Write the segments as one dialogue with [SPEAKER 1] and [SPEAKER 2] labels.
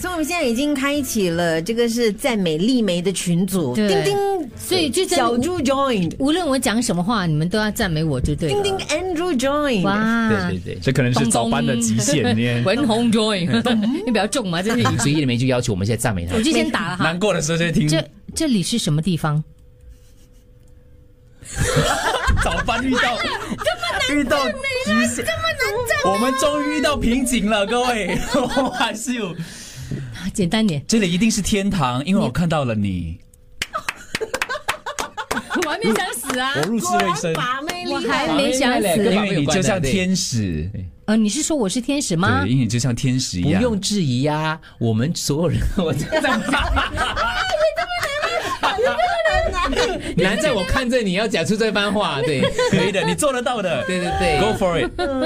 [SPEAKER 1] 所以我们现在已经开启了这个是赞美丽梅的群组，
[SPEAKER 2] 对
[SPEAKER 1] 叮叮，
[SPEAKER 2] 所以就真的
[SPEAKER 1] 小猪 joined，
[SPEAKER 2] 无论我讲什么话，你们都要赞美我就对
[SPEAKER 1] 叮
[SPEAKER 2] 了。
[SPEAKER 1] 叮 Andrew joined，
[SPEAKER 3] 啊
[SPEAKER 2] 哇，
[SPEAKER 4] 对对对，这可能是早班的极限。 你看
[SPEAKER 2] 文红 join，你比较重嘛，这里
[SPEAKER 4] 所以里面就要求我们现在赞美他
[SPEAKER 2] 我。就先打了 哈
[SPEAKER 4] 难。过的时候就会听
[SPEAKER 2] 这这里是什么地方？
[SPEAKER 4] 早班遇 到遇到极限，我们终于遇到瓶颈了，各 位，我还是有。
[SPEAKER 2] 啊简单点，
[SPEAKER 4] 这里一定是天堂，因为我看到了你，
[SPEAKER 2] 我还没想死啊
[SPEAKER 4] 我！入世未深，
[SPEAKER 1] 把妹厉
[SPEAKER 2] 我
[SPEAKER 1] 害，
[SPEAKER 2] 还
[SPEAKER 3] 哎
[SPEAKER 2] 没想
[SPEAKER 4] 哎因
[SPEAKER 2] 死。
[SPEAKER 4] 为你就像天使，
[SPEAKER 2] 呃，你是说我是天使吗
[SPEAKER 4] 对，？因为你就像天使一
[SPEAKER 3] 不
[SPEAKER 4] 样。
[SPEAKER 3] 用质疑呀、我们所有人， 我 在难在我看着你要讲出这番话，对，
[SPEAKER 4] 可以的， 你做得到的。
[SPEAKER 3] 对对
[SPEAKER 4] ，Go
[SPEAKER 3] 对。
[SPEAKER 4] for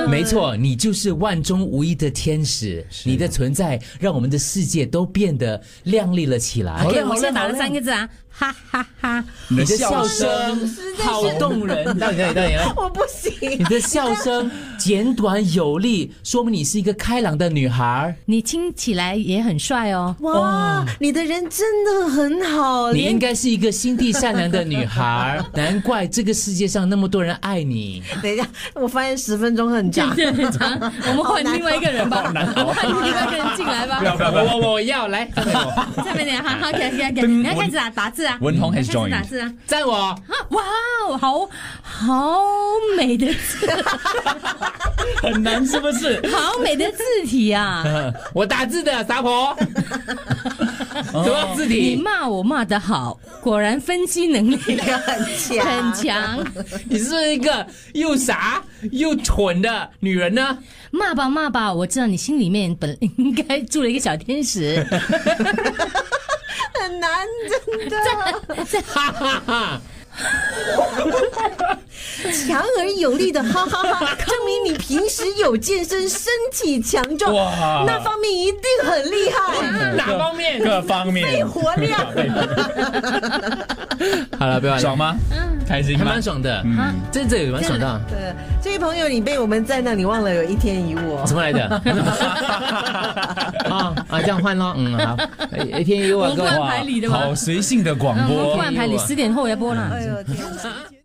[SPEAKER 4] it。
[SPEAKER 3] 没错，你就是万中无一的天使，你的存在让我们的世界都变得亮丽了起来。
[SPEAKER 2] OK，我先打了三个字啊，哈哈哈！
[SPEAKER 4] 你
[SPEAKER 3] 你的笑声好动人，到底到底到底 啊？
[SPEAKER 1] 我不行
[SPEAKER 3] 你，的笑声简短有力，说明你是一个开朗的女孩。
[SPEAKER 2] 你听起来也很帅 哦。
[SPEAKER 1] 哇，你的人真的很好，
[SPEAKER 3] 你应该是一个心地善良的女孩，难怪这个世界上那么多人爱你。
[SPEAKER 1] 等一下，我发现十分钟很 长，
[SPEAKER 2] 我们换另外一个人吧，我 们换另外一个人进来吧。
[SPEAKER 4] 不要不要
[SPEAKER 3] 我我要来
[SPEAKER 2] 下面点，哈哈，给给给，你要开始打打字啊，
[SPEAKER 4] 文红
[SPEAKER 2] 开
[SPEAKER 4] has
[SPEAKER 2] 始打
[SPEAKER 4] joined。
[SPEAKER 2] 字啊，
[SPEAKER 3] 赞我，
[SPEAKER 2] 啊， 哇哦，好好美的字，
[SPEAKER 4] 很难是不是？
[SPEAKER 2] 好美的字体啊！
[SPEAKER 4] 嗯
[SPEAKER 3] 我打字的傻婆，
[SPEAKER 4] 哦
[SPEAKER 3] 什么字
[SPEAKER 2] 你
[SPEAKER 3] 体？
[SPEAKER 2] 骂我骂得好，果然分析能力
[SPEAKER 1] 很强，
[SPEAKER 2] 很强。
[SPEAKER 3] 你是不是一个又傻又蠢的女人呢？
[SPEAKER 2] 骂吧骂吧，我知道你心里面本 应该住了一个小天使。
[SPEAKER 1] 很难，真的
[SPEAKER 3] 哈哈哈！
[SPEAKER 1] 强而有力的，哈哈 哈！证明你平时有健身，身体强壮，
[SPEAKER 4] 哇
[SPEAKER 1] 那方面一定很厉害，
[SPEAKER 4] 嗯
[SPEAKER 3] 哪方面？
[SPEAKER 4] 各方面
[SPEAKER 1] 活量。
[SPEAKER 3] 好了，不要
[SPEAKER 4] 爽
[SPEAKER 3] 了，
[SPEAKER 4] 吗？嗯开心
[SPEAKER 3] 嗯还
[SPEAKER 4] 吗
[SPEAKER 3] 蛮？爽的
[SPEAKER 2] 啊，
[SPEAKER 3] 这这也蛮爽的啊。
[SPEAKER 1] 对，这位朋友，你被我们赞到，你忘了有一天一我
[SPEAKER 3] 怎。么 来的？啊啊，这样换咯，嗯，好，一天一
[SPEAKER 2] 我
[SPEAKER 3] 碗
[SPEAKER 2] 们
[SPEAKER 3] 够
[SPEAKER 2] 灌
[SPEAKER 3] 啊
[SPEAKER 2] 牌。里的嘛，
[SPEAKER 4] 好随性的广
[SPEAKER 2] 嗯我们
[SPEAKER 4] 播，
[SPEAKER 2] 灌牌里十点后要播啦。
[SPEAKER 1] 哎呦天哪！